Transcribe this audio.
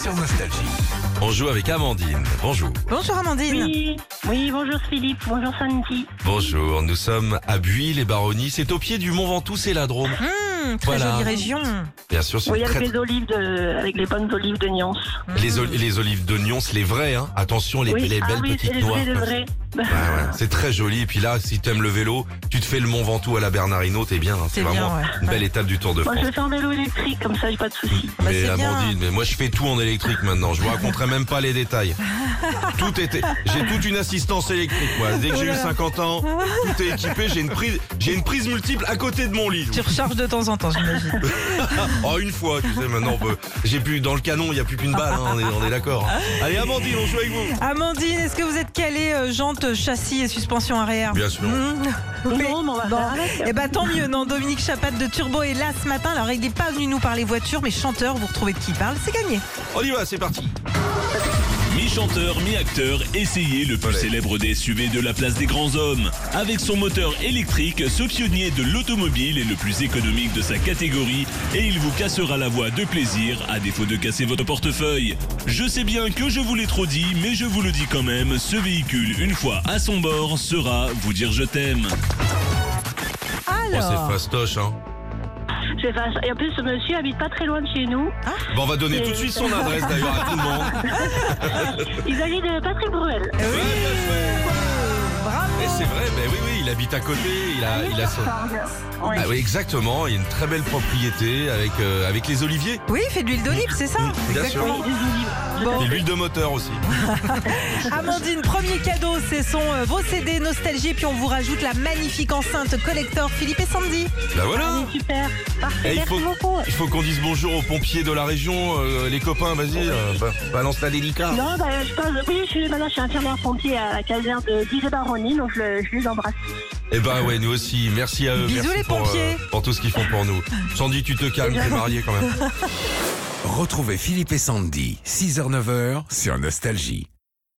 sur Nostalgie. On joue avec Amandine. Bonjour. Bonjour Amandine. Oui, oui, bonjour Philippe, bonjour Sandy. Bonjour, nous sommes à Buis-les-Baronnies. C'est au pied du Mont Ventoux, c'est la Drôme. Mmh, très Voilà. jolie région. Bien sûr, c'est Oui, une avec très... les olives de, avec les bonnes olives de Nyons. les, oli- les olives de Nyons, les vraies, hein. Attention, les, oui, les belles ah oui, c'est petites les noires. vrais de vrai. Ouais, ouais, C'est très joli. Et puis là, si t'aimes le vélo, tu te fais le Mont Ventoux à la Bernardino, t'es bien. hein. C'est C'est bien, vraiment ouais. une belle étape du Tour de Moi, France. je fais en vélo électrique, comme ça, j'ai pas de soucis. Bah, mais c'est bien. Amandine, mais moi je fais tout en électrique maintenant. Je vous raconterai même pas les détails. Tout était, j'ai toute une assistance électrique. Moi, dès Oh que j'ai eu 50 ans, tout est équipé. J'ai une prise, j'ai une prise multiple à côté de mon lit. Tu recharges de temps en temps, j'imagine. Oh une fois, tu sais maintenant, on peut- j'ai plus dans le canon, il y a plus qu'une balle. hein, on est, on est d'accord. Allez Amandine, on joue avec vous. Amandine, est-ce que vous êtes calée euh, jante, châssis et suspension arrière Bien sûr. Mmh. Oui. Non, mais on va Bon. faire avec. Eh ben tant mieux, non, Dominique Chapat de Turbo est là ce matin. Alors il n'est pas venu nous parler voiture, mais chanteur, vous retrouvez de qui il parle, c'est gagné. On y va, c'est parti. Mi-chanteur, mi-acteur, essayez le plus Allez. célèbre des SUV de la place des grands hommes. Avec son moteur électrique, ce pionnier de l'automobile est le plus économique de sa catégorie et il vous cassera la voix de plaisir à défaut de casser votre portefeuille. Je sais bien que je vous l'ai trop dit, mais je vous le dis quand même, ce véhicule, une fois à son bord, sera vous dire je t'aime. Oh, Alors, c'est fastoche. Hein. Je vais faire- Et en plus, ce monsieur habite pas très loin de chez nous. Bon, on va donner tout de suite son adresse d'ailleurs à tout le monde. Il habite de Patrick Bruel. Eh oui, Ouais, ouais, ouais. bravo. Et c'est vrai, ben oui, oui, il habite à côté, il a, il a son... Ouais. Ah oui, exactement. Il y a une très belle propriété avec, euh, avec les oliviers. Oui, il fait de l'huile d'olive, c'est ça bien Exactement. Oui, des olives. Bon. Et l'huile de moteur aussi. Amandine, premier cadeau, c'est son euh, vos CD Nostalgie, puis on vous rajoute la magnifique enceinte collector Philippe et Sandy. Bah voilà. Ah, mais super. Eh, Parfait. il faut, Merci beaucoup. il faut qu'on dise bonjour aux pompiers de la région, euh, les copains, vas-y, euh, ba- balance la délicat. Non, bah, je passe. Oui, je suis, maintenant, je suis infirmière pompier à la caserne de Guy Baroni, donc je, le- je les embrasse. Eh ben ouais, nous aussi, merci à eux. Bisous merci les pour, euh, pompiers. pour tout ce qu'ils font pour nous. Sandy, tu te calmes, t'es marié quand même. Retrouvez Philippe et Sandy, 6h-9h sur Nostalgie.